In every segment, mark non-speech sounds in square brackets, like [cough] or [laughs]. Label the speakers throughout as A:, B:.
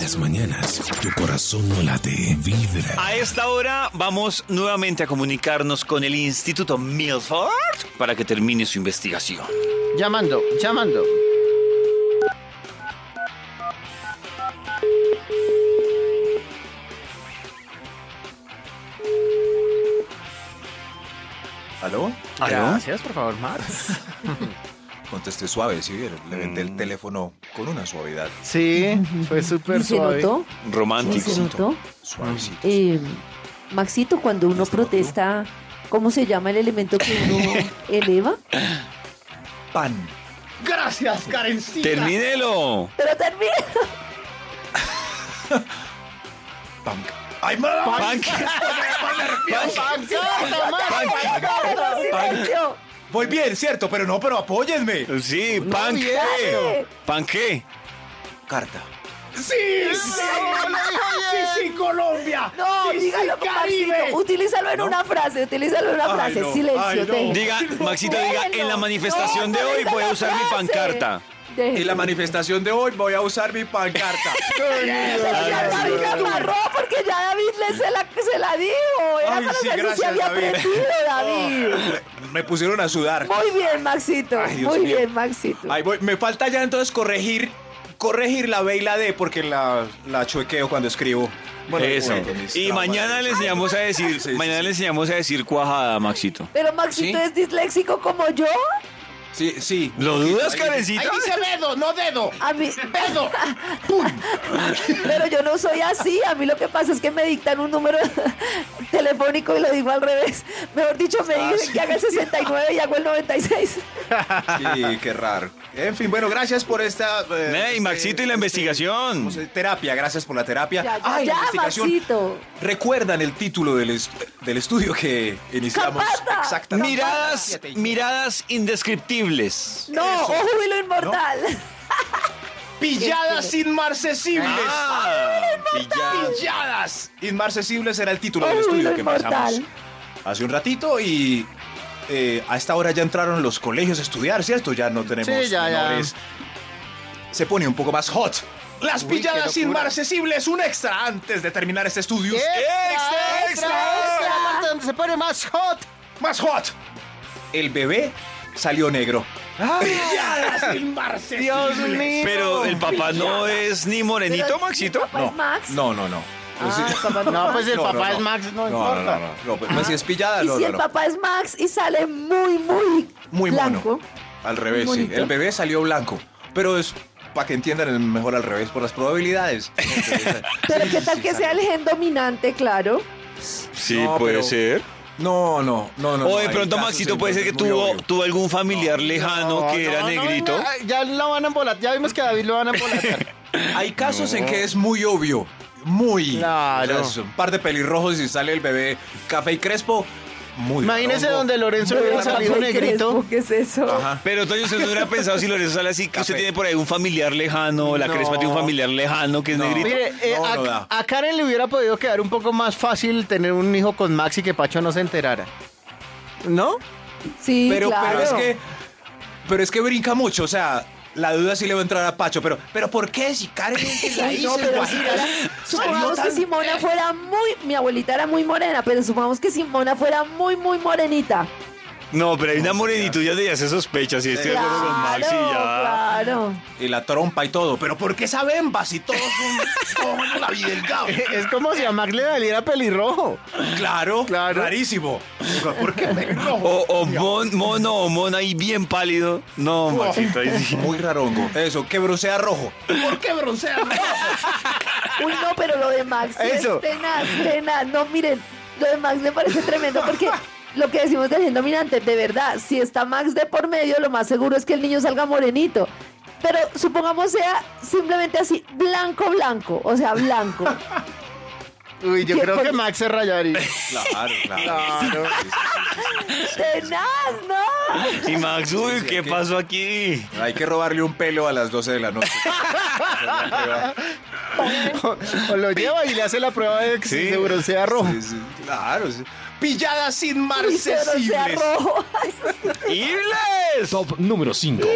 A: las mañanas tu corazón no late, vibra.
B: A esta hora vamos nuevamente a comunicarnos con el Instituto Milford para que termine su investigación.
C: Llamando, llamando.
D: ¿Aló?
B: ¿Aló?
C: Gracias, por favor, Max.
D: Contesté suave, si vieron. Le vendé el teléfono con una suavidad.
C: Sí, fue súper
E: ¿Y se
C: suave.
E: notó? ¿Sí
B: Romántico.
E: se notó?
D: Suavecito.
E: Eh, Maxito, cuando uno protesta, ¿cómo se llama el elemento que uno [laughs] eleva?
D: Pan.
C: Gracias, Karencita.
B: ¡Termínelo!
E: Pero [laughs] termina.
D: Punk. ¡Ay, madre!
B: Punk.
C: ¡Pancata, Max!
E: [laughs] ¡No, silencio!
D: [laughs] Voy bien, cierto, pero no, pero apóyenme.
B: Sí, pan qué.
E: viejo.
B: ¿Pan qué?
D: Carta.
E: No, dígalo, Maxito. Utilízalo en una frase, utilízalo en una frase. silencio, deje.
B: Diga, Maxito, diga, en la
E: Déjelo.
B: manifestación de
E: No,
B: hoy
E: esa
B: voy
E: es
B: a
E: la
B: usar mi
E: frase.
B: pancarta.
E: Déjelo.
D: En la manifestación de hoy voy a usar mi pancarta.
E: Ya David la amarró porque ya David le se la, se la dijo. Era
D: Ay,
E: para
D: sí,
E: saber si se
D: gracias,
E: había
D: David. Oh,
E: aprendido, David.
D: Me pusieron a sudar.
E: Muy bien, Maxito.
D: Ay, Dios
E: Muy
D: mío.
E: bien, Maxito.
D: Ahí voy. Me falta ya entonces corregir. Corregir la B y la D porque la, la chuequeo cuando escribo.
B: Eso.
D: bueno, mis
B: Y
D: traumas.
B: mañana le enseñamos a decir,
D: Sí, sí,
B: mañana
D: sí.
B: le enseñamos a decir cuajada, Maxito.
E: Pero Maxito
D: ¿Sí?
E: es disléxico como yo.
D: Sí, sí.
B: ¿Lo dudas,
C: Ahí
B: carecita?
C: dice dedo, no dedo.
E: A mí, [laughs]
C: Dedo.
E: pero yo no soy así. A mí lo que pasa es que me dictan un número [laughs] telefónico y lo digo al revés. Mejor dicho, me
D: Ah,
E: dicen
D: sí.
E: que haga el 69 y hago el 96.
D: Sí, qué raro. En fin, bueno, gracias por esta. eh,
B: Ney,
D: este-
B: Maxito y la
D: este-
B: investigación.
D: ¿cómo se- terapia, gracias por la terapia.
E: Ya, ya,
D: Ay, la
E: ya,
D: investigación.
E: Maxito.
D: ¿Recuerdan el título del, est- del estudio que iniciamos?
E: ¡Zapata!
D: Exactamente.
B: Miradas, miradas indescriptibles.
E: No,
D: Eso.
E: ojo y lo inmortal.
C: Pilladas inmarcesibles.
B: Ah, pillado.
C: Pilladas.
D: Inmarcesibles era el título del
E: Uy,
D: estudio
E: lo
D: que pasamos
E: inmortal.
D: hace un ratito y eh, a esta hora ya entraron los colegios a estudiar, ¿cierto? Ya no tenemos
C: Sí, ya, ya.
D: menores. Se pone un poco más hot. Las
C: Uy, qué
D: pilladas
C: locura.
D: inmarcesibles, un extra antes de terminar este estudio.
C: Extra, extra, extra. La parte donde se pone más hot.
D: Más hot. El bebé salió negro.
C: Ah. Pilladas inmarcesibles. Dios mío.
B: Pero el papá no es ni morenito,
E: Pero-
B: Maxito.
E: Papá es Max.
D: No, no, no. Pues
E: Ah,
D: sí.
E: papá es
C: No,
E: Max.
C: pues el
D: No, no,
C: papá
D: no.
C: es Max, no,
D: No, no,
C: importa.
D: no, no, no, pues, pues, si es pillada,
E: Y
D: no,
E: si
D: no,
E: el
D: no.
E: papá es Max y sale muy, muy,
D: Muy mono.
E: blanco.
D: Al revés, sí.
E: Bonito.
D: El bebé salió blanco. Pero es para que entiendan el mejor al revés por las probabilidades.
E: [laughs] Pero qué tal que sea el gen dominante, claro.
B: Sí,
D: No,
B: puede
D: pero-
B: ser.
D: No, no, no, no.
B: O de
D: no, hay
B: pronto
D: casos
B: Maxito
D: en
B: puede ser
D: donde
B: que
D: es muy
B: tuvo,
D: obvio.
B: tuvo algún familiar lejano
C: No,
B: que era
C: no, no,
B: negrito.
C: no, ya lo van a embolatar. Ya vimos que a David lo van a embolatar.
D: Hay casos en que es muy obvio. Muy.
C: Claro.
D: O sea, es un par de pelirrojos y sale el bebé café y crespo. Muy.
C: Imagínese
D: rongo.
C: donde Lorenzo
E: Pero
C: hubiera
E: papá
C: salido
E: es
C: negrito.
E: crespo, ¿Qué es eso?
D: Ajá.
B: Pero Toño, usted no hubiera pensado si Lorenzo sale así, que usted
D: Café.
B: tiene por ahí un familiar lejano, la
C: No.
B: crespa tiene un familiar lejano que es
D: No.
B: negrito.
C: Mire, eh,
D: No,
C: a,
D: no da.
C: a Karen le hubiera podido quedar un poco más fácil tener un hijo con Max y que Pacho no se enterara. [laughs] ¿No?
E: Sí,
D: pero,
E: claro.
D: pero es que. Pero es que brinca mucho, o sea. La duda sí le va a entrar a Pacho, pero ¿pero por qué? Si Karen
E: [laughs]
D: es la hizo en [laughs] Guajira, salió
E: Supongamos que
D: tan-
E: Simona fuera muy... Mi abuelita era muy morena, pero supongamos que Simona fuera muy, muy morenita.
B: No, pero hay una morenitud ya de ya se sospecha si estoy de acuerdo con Maxi ya.
E: claro.
D: Y la trompa y todo. ¿Pero por qué saben, si todos [laughs] son son la vida del cabo?
C: Es como si a Max le valiera pelirrojo.
D: Claro,
C: Claro.
D: rarísimo. ¿Por qué pelirrojo?
B: O, o mon- mono o mona ahí bien pálido. No, Maxito, ahí sí.
D: Pues Muy rarongo. Eso, que broncea rojo. ¿Por qué broncea rojo?
E: Uy, no, pero lo de Max sí
C: Eso.
E: es tenaz, tenaz. No, miren, lo de Max me parece tremendo porque lo que decimos del gen dominante, de verdad, si está Max de por medio, lo más seguro es que el niño salga morenito. Pero supongamos sea simplemente así, blanco, blanco, o sea, blanco.
C: Uy, yo
E: ¿Qué
C: creo que
E: poli-
C: Max se rayaría.
D: Claro,
C: Claro.
D: Sí, sí, sí, sí, sí.
E: ¡Tenaz, no!
B: Y Max,
D: Sí,
B: uy,
D: sí,
B: ¿qué
D: aquí-
B: pasó aquí?
D: Hay que robarle un pelo a las 12 de la noche.
C: O, o lo lleva y le hace la prueba de que
B: Sí.
C: si se broncea rojo.
D: Sí, sí, Claro. sí. Pilladas
E: Uy, pero sea [laughs]
D: inmarcesibles.
E: rojo.
B: ¡Ibles!
A: Top número 5.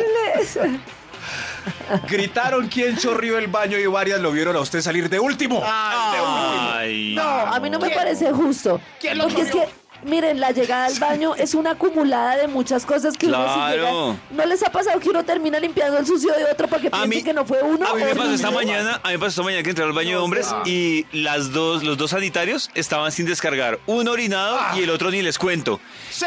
D: Gritaron quién chorrió el baño y varias lo vieron a usted salir de último.
B: Ay,
E: No, a mí no me parece justo. porque es que, miren, la llegada al baño es una acumulada de muchas cosas que uno si
B: Claro.
E: llega- ¿No les ha pasado que uno termina limpiando el sucio de otro porque
B: A
E: piensa
B: mí-
E: que no fue uno?
B: A mí
E: o
B: me
E: no?
B: pasó esta mañana, a mí me pasó esta mañana que entré al baño de hombres y las dos, los dos sanitarios estaban sin descargar. Uno orinado y el otro ni les cuento.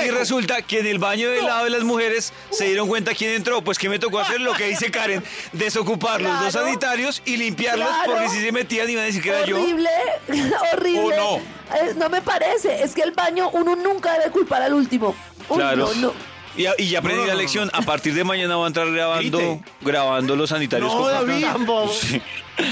B: Y resulta que en el baño del lado de las mujeres se dieron cuenta quién entró. Pues que me tocó hacer lo que dice Karen, desocupar los dos
E: Claro.
B: sanitarios y limpiarlos
E: Claro.
B: porque si se metían iban a decir que era yo.
E: Horrible, [laughs] horrible.
D: Oh,
E: Eh, no me parece. Es que el baño uno nunca debe culpar al último. Uy,
B: Claro.
E: no, no.
B: Y, a- y ya aprendí
D: No, no,
B: la
D: no, no.
B: lección. A partir de mañana voy a entrar grabando,
D: Grite.
B: grabando los sanitarios.
D: No,
B: con-
D: David.
C: Tan bobo.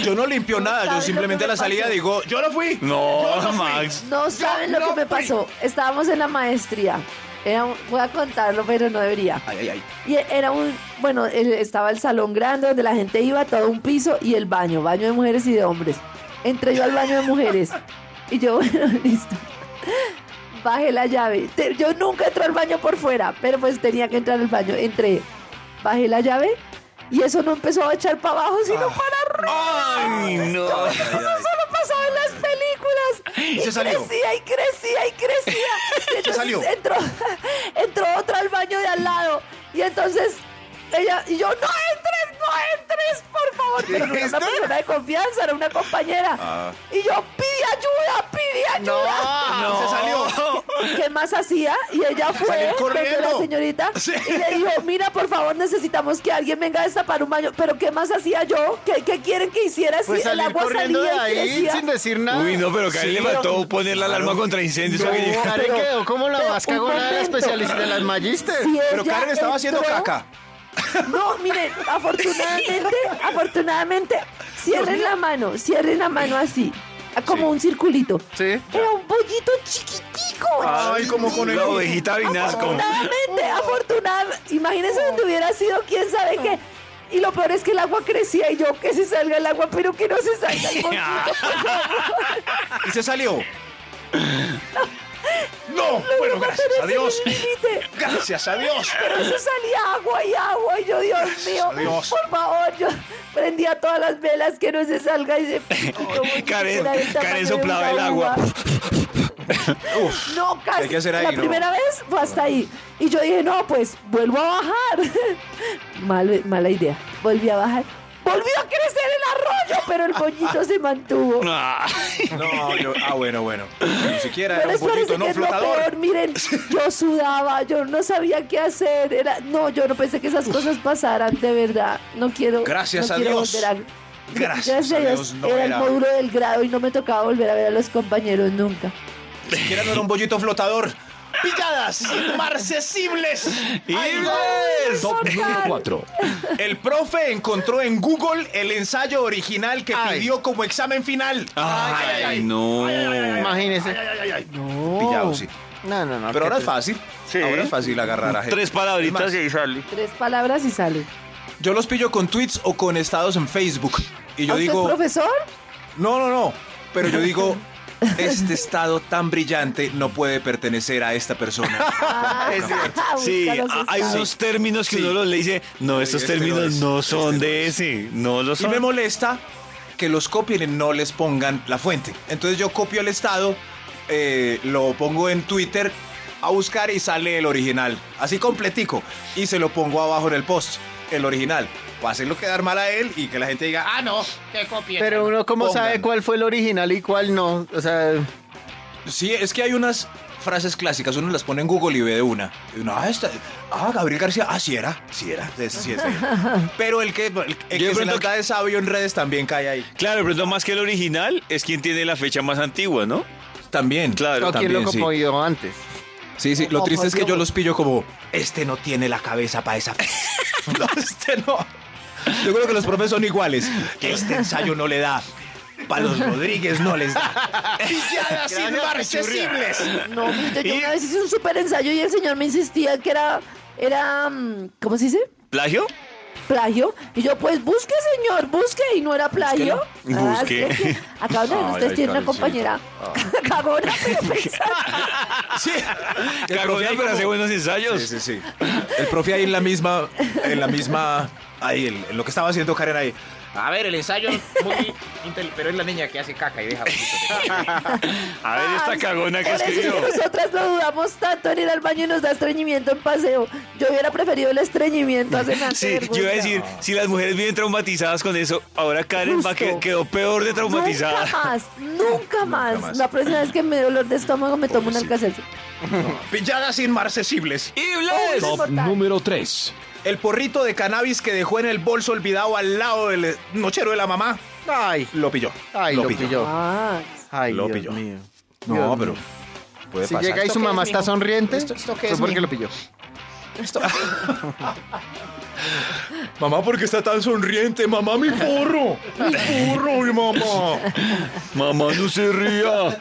D: Yo no limpio
E: No
D: nada, yo
E: sabes
D: simplemente a
E: lo que
D: la
E: me
D: salida
E: pasó.
D: digo, yo no fui.
B: No, Max.
E: No saben lo
D: no
E: que me
D: fui.
E: pasó. Estábamos en la maestría. Era un- voy a contarlo, pero no debería.
D: Ay, ay, ay.
E: Y e- era un, bueno, el- estaba el salón grande donde la gente iba, todo un piso y el baño, baño de mujeres y de hombres. Entré yo al baño de
D: [laughs]
E: mujeres y yo, bueno, [laughs] listo. Bajé la llave. Te- Yo nunca entro al baño por fuera, pero pues tenía que entrar al baño. Entré, bajé la llave y eso no empezó a echar para abajo, sino
D: Ah.
E: para arriba.
B: Ay, no.
E: Solo pasaba en las películas.
D: Y se salió.
E: Crecía y crecía y
D: [laughs]
E: crecía. Y entonces
D: salió.
E: Entró, [laughs] entró otra al baño de al lado. Y entonces ella y yo, no entres, no entres, por favor. Pero no era una persona de confianza, era una compañera. Y yo, pide ayuda, pide ayuda.
D: Ah. No. Se salió.
E: [laughs] ¿Qué más hacía? Y ella fue,
D: Salir
E: donde la
D: corriendo.
E: señorita,
D: Sí.
E: y le dijo, mira, por favor, necesitamos que alguien venga a destapar un baño. ¿Pero qué más hacía yo? ¿Qué, qué quieren que hiciera si
C: Pues
E: el
C: salir
E: agua
C: corriendo de
E: salía y
C: ahí
E: crecía?
C: sin decir nada.
B: Uy, no, pero que a él
D: Sí,
B: le
D: pero-
B: faltó poner la alarma contra incendios.
C: No,
B: para que llegara.
C: Karen
E: pero-
C: quedó como la
E: pero
C: más
E: un
C: cagona de la
E: momento.
C: especialista de las magisters.
E: Si
D: Pero
E: ella
D: Karen estaba haciendo
E: entró-
D: caca.
E: No, miren,
D: [laughs]
E: afortunadamente, afortunadamente, cierren la mano, cierren la mano así, como un circulito.
C: Sí.
E: Era un bollito chiquitico.
D: Ay, como con el-
B: La ovejita
D: Ah,
B: vinasco.
D: [laughs]
E: Afortunadamente, afortunadamente. Imagínense donde hubiera sido, quién sabe qué. Y lo peor es que el agua crecía y yo, que se salga el agua, pero que no se
D: [laughs]
E: salga el bollito.
D: Y se salió. No, bueno, gracias a
E: Pero
D: Dios.
E: ese es el límite.
D: Gracias a Dios.
E: Pero eso salía agua y agua. Y yo, Dios mío,
D: Dios.
E: por favor, yo prendía todas las velas que no se salga y
D: [laughs]
E: se. Como
B: Karen-
E: era el tamaño
B: Karen
E: de
B: soplaba
E: una
B: el agua.
E: uva. No, casi.
D: hay que hacer
E: la
D: ahí, ¿no?
E: primera vez fue hasta ahí. Y yo dije, no, pues vuelvo a bajar. [laughs] Mal- mala idea. Volví a bajar. Volvió a crecer el arroyo, pero el boñito se mantuvo.
B: Ay,
D: No, yo, ah, bueno, bueno. Ni siquiera
E: No
D: era
E: les
D: un
E: parece
D: poquito,
E: que
D: no
E: es lo peor,
D: flotador. [laughs]
E: miren, yo sudaba, yo no sabía qué hacer, era, no, yo no pensé que esas cosas pasaran, de verdad, no quiero,
D: Gracias
E: no
D: a
E: quiero
D: Dios.
E: volver a-
D: Gracias
E: a
D: a
E: Dios,
D: Dios, no
E: era el
D: era-
E: módulo del grado y no me tocaba volver a ver a los compañeros nunca.
D: Ni siquiera no era un bollito flotador. Pilladas inmarcesibles. Ay, no.
B: ¡Ives!
A: Top
E: Total.
A: número 4.
D: El profe encontró en Google el ensayo original que
C: Ay.
D: pidió como examen final.
B: Ah. Ay, no.
C: Imagínese. No.
D: Pillado, sí.
C: No, no, no.
D: Pero ahora
C: que
D: es
C: tú-
D: fácil. Ahora es fácil agarrar a gente.
B: Tres palabritas y ahí sale.
E: Tres palabras y sale.
D: Yo los pillo con tweets o con estados en Facebook. Y
E: ¿A
D: yo
E: usted,
D: digo, [laughs]
E: profesor?
D: no, no, no. Pero yo digo, [laughs] este estado tan brillante no puede pertenecer a esta persona.
E: Ah, [laughs] busca
B: Sí,
E: los
B: a- hay
E: estados.
B: unos términos que
D: Sí.
B: uno los le dice, no, estos
D: Este no
B: términos
D: es,
B: no
D: este
B: son
D: no
B: de
D: es".
B: ese, no los
D: Y
B: son.
D: me molesta que los copien y no les pongan la fuente. Entonces yo copio el estado, eh, lo pongo en Twitter a buscar y sale el original. Así completico. Y se lo pongo abajo en el post, el original. Para hacerlo quedar mal a él y que la gente diga, ah, no.
C: Pero uno cómo
D: Pongan.
C: sabe cuál fue el original y cuál no. O sea,
D: Sí, es que hay unas frases clásicas, uno las pone en Google y ve de una. Y uno, ah, esta- ah, Gabriel García, ah, sí era, sí era, sí, sí, sí.
B: [laughs]
D: Pero el que, el, el
B: de
D: que se
B: pronto
D: la da de sabio en redes también cae ahí.
B: Claro, pero no más que el original es quien tiene la fecha más antigua, ¿no?
D: También,
B: Claro,
C: ¿o quién lo
D: también, sí.
C: copió antes?
D: Sí, sí,
C: Oh,
E: No,
D: lo triste es que
E: Dios.
D: yo los pillo como, este no tiene la cabeza para esa... [laughs] no, este no. Yo creo que los profes son iguales. Este ensayo no le da. Para los Rodríguez no les da. Pilladas inmarcesibles.
E: No, yo,
D: [laughs]
E: yo
B: Y-
E: una vez hice un súper ensayo y el señor me insistía que era, era, mm, ¿cómo se dice?
B: ¿Plagio?
E: plagio. Y yo, pues busque, señor, busque. Y no era plagio.
B: Búsquelo.
E: Ah, sí,
B: Busque.
E: es que Acá
B: [laughs]
E: uno de
D: Ay,
E: ustedes
D: ay,
E: tiene una
D: Karencita.
E: compañera
B: Ah.
E: [laughs] cagona, pero pensaba-
D: Sí. El profe
B: Cagona,
D: ahí
B: pero hace
D: como-
B: buenos ensayos.
D: Sí, sí, sí. El profe ahí en la misma, en la misma, ahí, en- en lo que estaba haciendo Karen ahí.
F: A ver, el ensayo es muy intel- pero es la niña que hace caca y deja bolito
B: A ver esta
E: Ay,
B: cagona que
E: por eso es
B: escribió.
E: nosotras no dudamos tanto en ir al baño y nos da estreñimiento en paseo. Yo hubiera preferido el estreñimiento hace más
B: Sí, yo iba a decir, si las mujeres vienen traumatizadas con eso, ahora Karen va que
E: Justo.
B: quedó peor de traumatizada.
E: Nunca más, nunca más.
D: más.
E: La próxima vez que me dé dolor de estómago me tomo un
D: Pobrecito.
E: alcacel.
D: Pilladas inmarcesibles.
B: ¡Y Bless!
E: No,
A: Top
E: Mortal.
A: número 3.
D: El porrito de cannabis que dejó en el bolso olvidado al lado del eh, nochero de la mamá.
C: Ay,
D: Lo pilló.
C: ay, lo, pilló.
E: Ah,
C: Ay,
D: Lo
C: Dios
D: pilló.
C: mío.
D: No,
C: Dios
D: pero
C: mío.
D: puede
C: Si
D: pasar.
C: llega y su
F: ¿Esto qué
C: mamá
F: es,
C: está
F: mijo?
C: sonriente,
F: ¿Esto- esto qué
C: fue
F: es,
C: porque
F: mijo?
C: lo pilló.
D: Mamá, ¿por qué está tan sonriente? Mamá, mi porro. Mi porro, mi mamá.
B: Mamá, no se ría.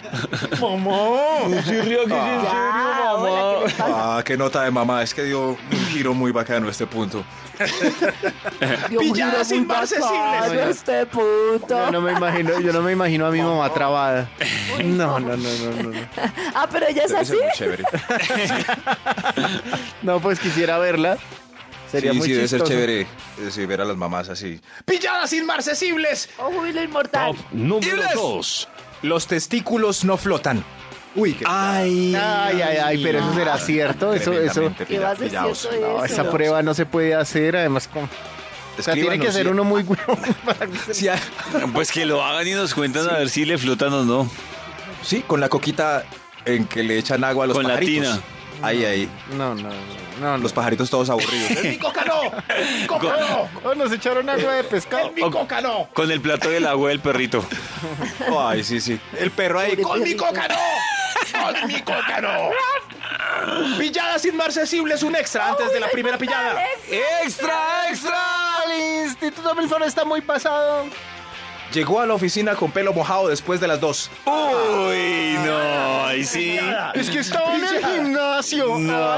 D: Mamá.
B: No se ría, que es en
E: ya,
B: serio,
E: hola, ¿qué
B: mamá.
E: les pasa?
D: Ah, qué nota de mamá. Es que dio un giro muy bacano este punto.
E: Dio un giro
D: Pilladas
E: muy
D: inmarcesibles.
E: bacano este
C: Yo
E: puto.
C: no me imagino, yo no me imagino a mi mamá
F: [laughs]
C: trabada. No, no, no, no, no. No,
E: Ah, pero ella es
D: Debe
E: así.
D: ser muy chévere.
C: No, pues quisiera verla. Sería
D: sí,
C: muy
D: sí, debe ser
C: chistoso.
D: chévere eh, sí, ver a las mamás así. ¡Pilladas inmarcesibles!
E: Ojo y lo inmortal.
A: Top número
D: Ibles.
A: 2.
D: Los testículos no flotan. Uy, qué
B: Ay.
C: Ay, ay, ay, pero eso será cierto, eso, eso.
D: Tremendamente
E: ¿Qué va a ser
D: pillados.
E: cierto
C: No,
E: eso?
C: esa prueba no se puede hacer, además, como, o sea, tiene que
D: Escríbanos,
C: ser
D: sí.
C: uno muy bueno [laughs] para que se-
D: Sí, ah,
B: Pues que lo hagan y nos cuentan a ver si le flotan o no.
D: sí, con la coquita en que le echan agua a los
B: Con la
D: pajaritos.
B: tina.
D: Ahí, ahí.
C: No, no, no, no.
D: Los pajaritos todos
C: [laughs]
D: aburridos. ¡Es mi coca no! ¡Mi coca no!
C: Oh, nos echaron agua de pescado.
D: mi coca no!
B: Con el plato del agua del perrito.
D: Ay, sí, sí. El perro ahí.
E: Pobre
D: ¡Con mi
E: perrito.
D: coca no! ¡Con mi coca no! Pilladas inmarcesibles, un extra antes de la primera pillada.
B: ¡Extra, extra!
C: El Instituto Milford está muy pasado.
D: Llegó a la oficina con pelo mojado después de las dos.
B: Uy, no, ahí sí.
C: Es que estaba en [laughs] el gimnasio.
B: No.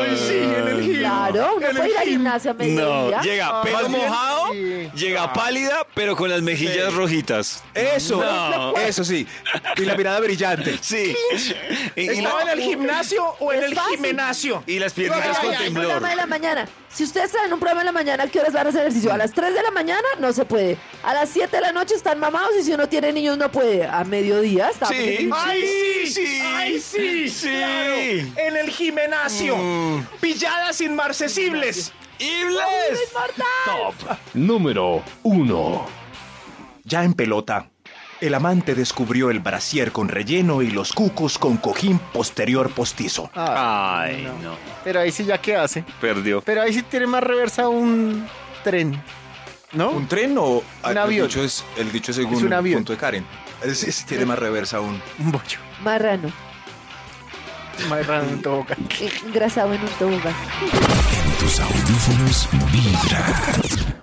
C: Ay, sí, en el gimnasio.
E: Claro, uno puede ir al gimnasio a mediodía.
B: No, llega
C: Más
B: pelo
C: bien,
B: mojado,
C: sí.
B: llega pálida, pero con las [laughs] mejillas rojitas.
D: Eso,
B: No.
D: eso sí. Y la mirada brillante.
B: Sí. Y, y la-
D: ¿Estaba en el gimnasio o en
E: Es
D: el
E: fácil.
D: gimnasio?
B: y las piernitas
E: Ay,
B: con
E: ay, ay,
B: temblor.
E: programa de la mañana. Si ustedes traen un programa de la mañana, ¿a ¿qué horas van a hacer ejercicio? A las 3 de la mañana no se puede. A las 7 de la noche están mamados y si uno tiene niños no puede. A mediodía está.
B: Sí.
D: ¡Ay, sí!
B: Sí.
D: ¡Ay, sí!
B: Sí.
D: Claro, ¡En el gimnasio! ¡Pilladas inmarcesibles!
B: ¡Ibles!
A: Top número 1.
D: Ya en pelota, el amante descubrió el brasier con relleno y los cucos con cojín posterior postizo.
C: Ah.
B: Ay, no.
C: Pero ahí sí ya qué hace.
B: Perdió.
C: Pero ahí sí tiene más reversa un tren. ¿No?
D: ¿Un tren o Ah,
C: Un avión.
D: El dicho es, el dicho es según
C: Es un
D: el
C: avión.
D: punto de Karen. Es- es- tiene más reversa aún.
C: Un bollo.
E: Marrano,
C: Más raro, un tobogán.
E: eh, engrasado en un tobogán.
A: Tus audífonos vibra.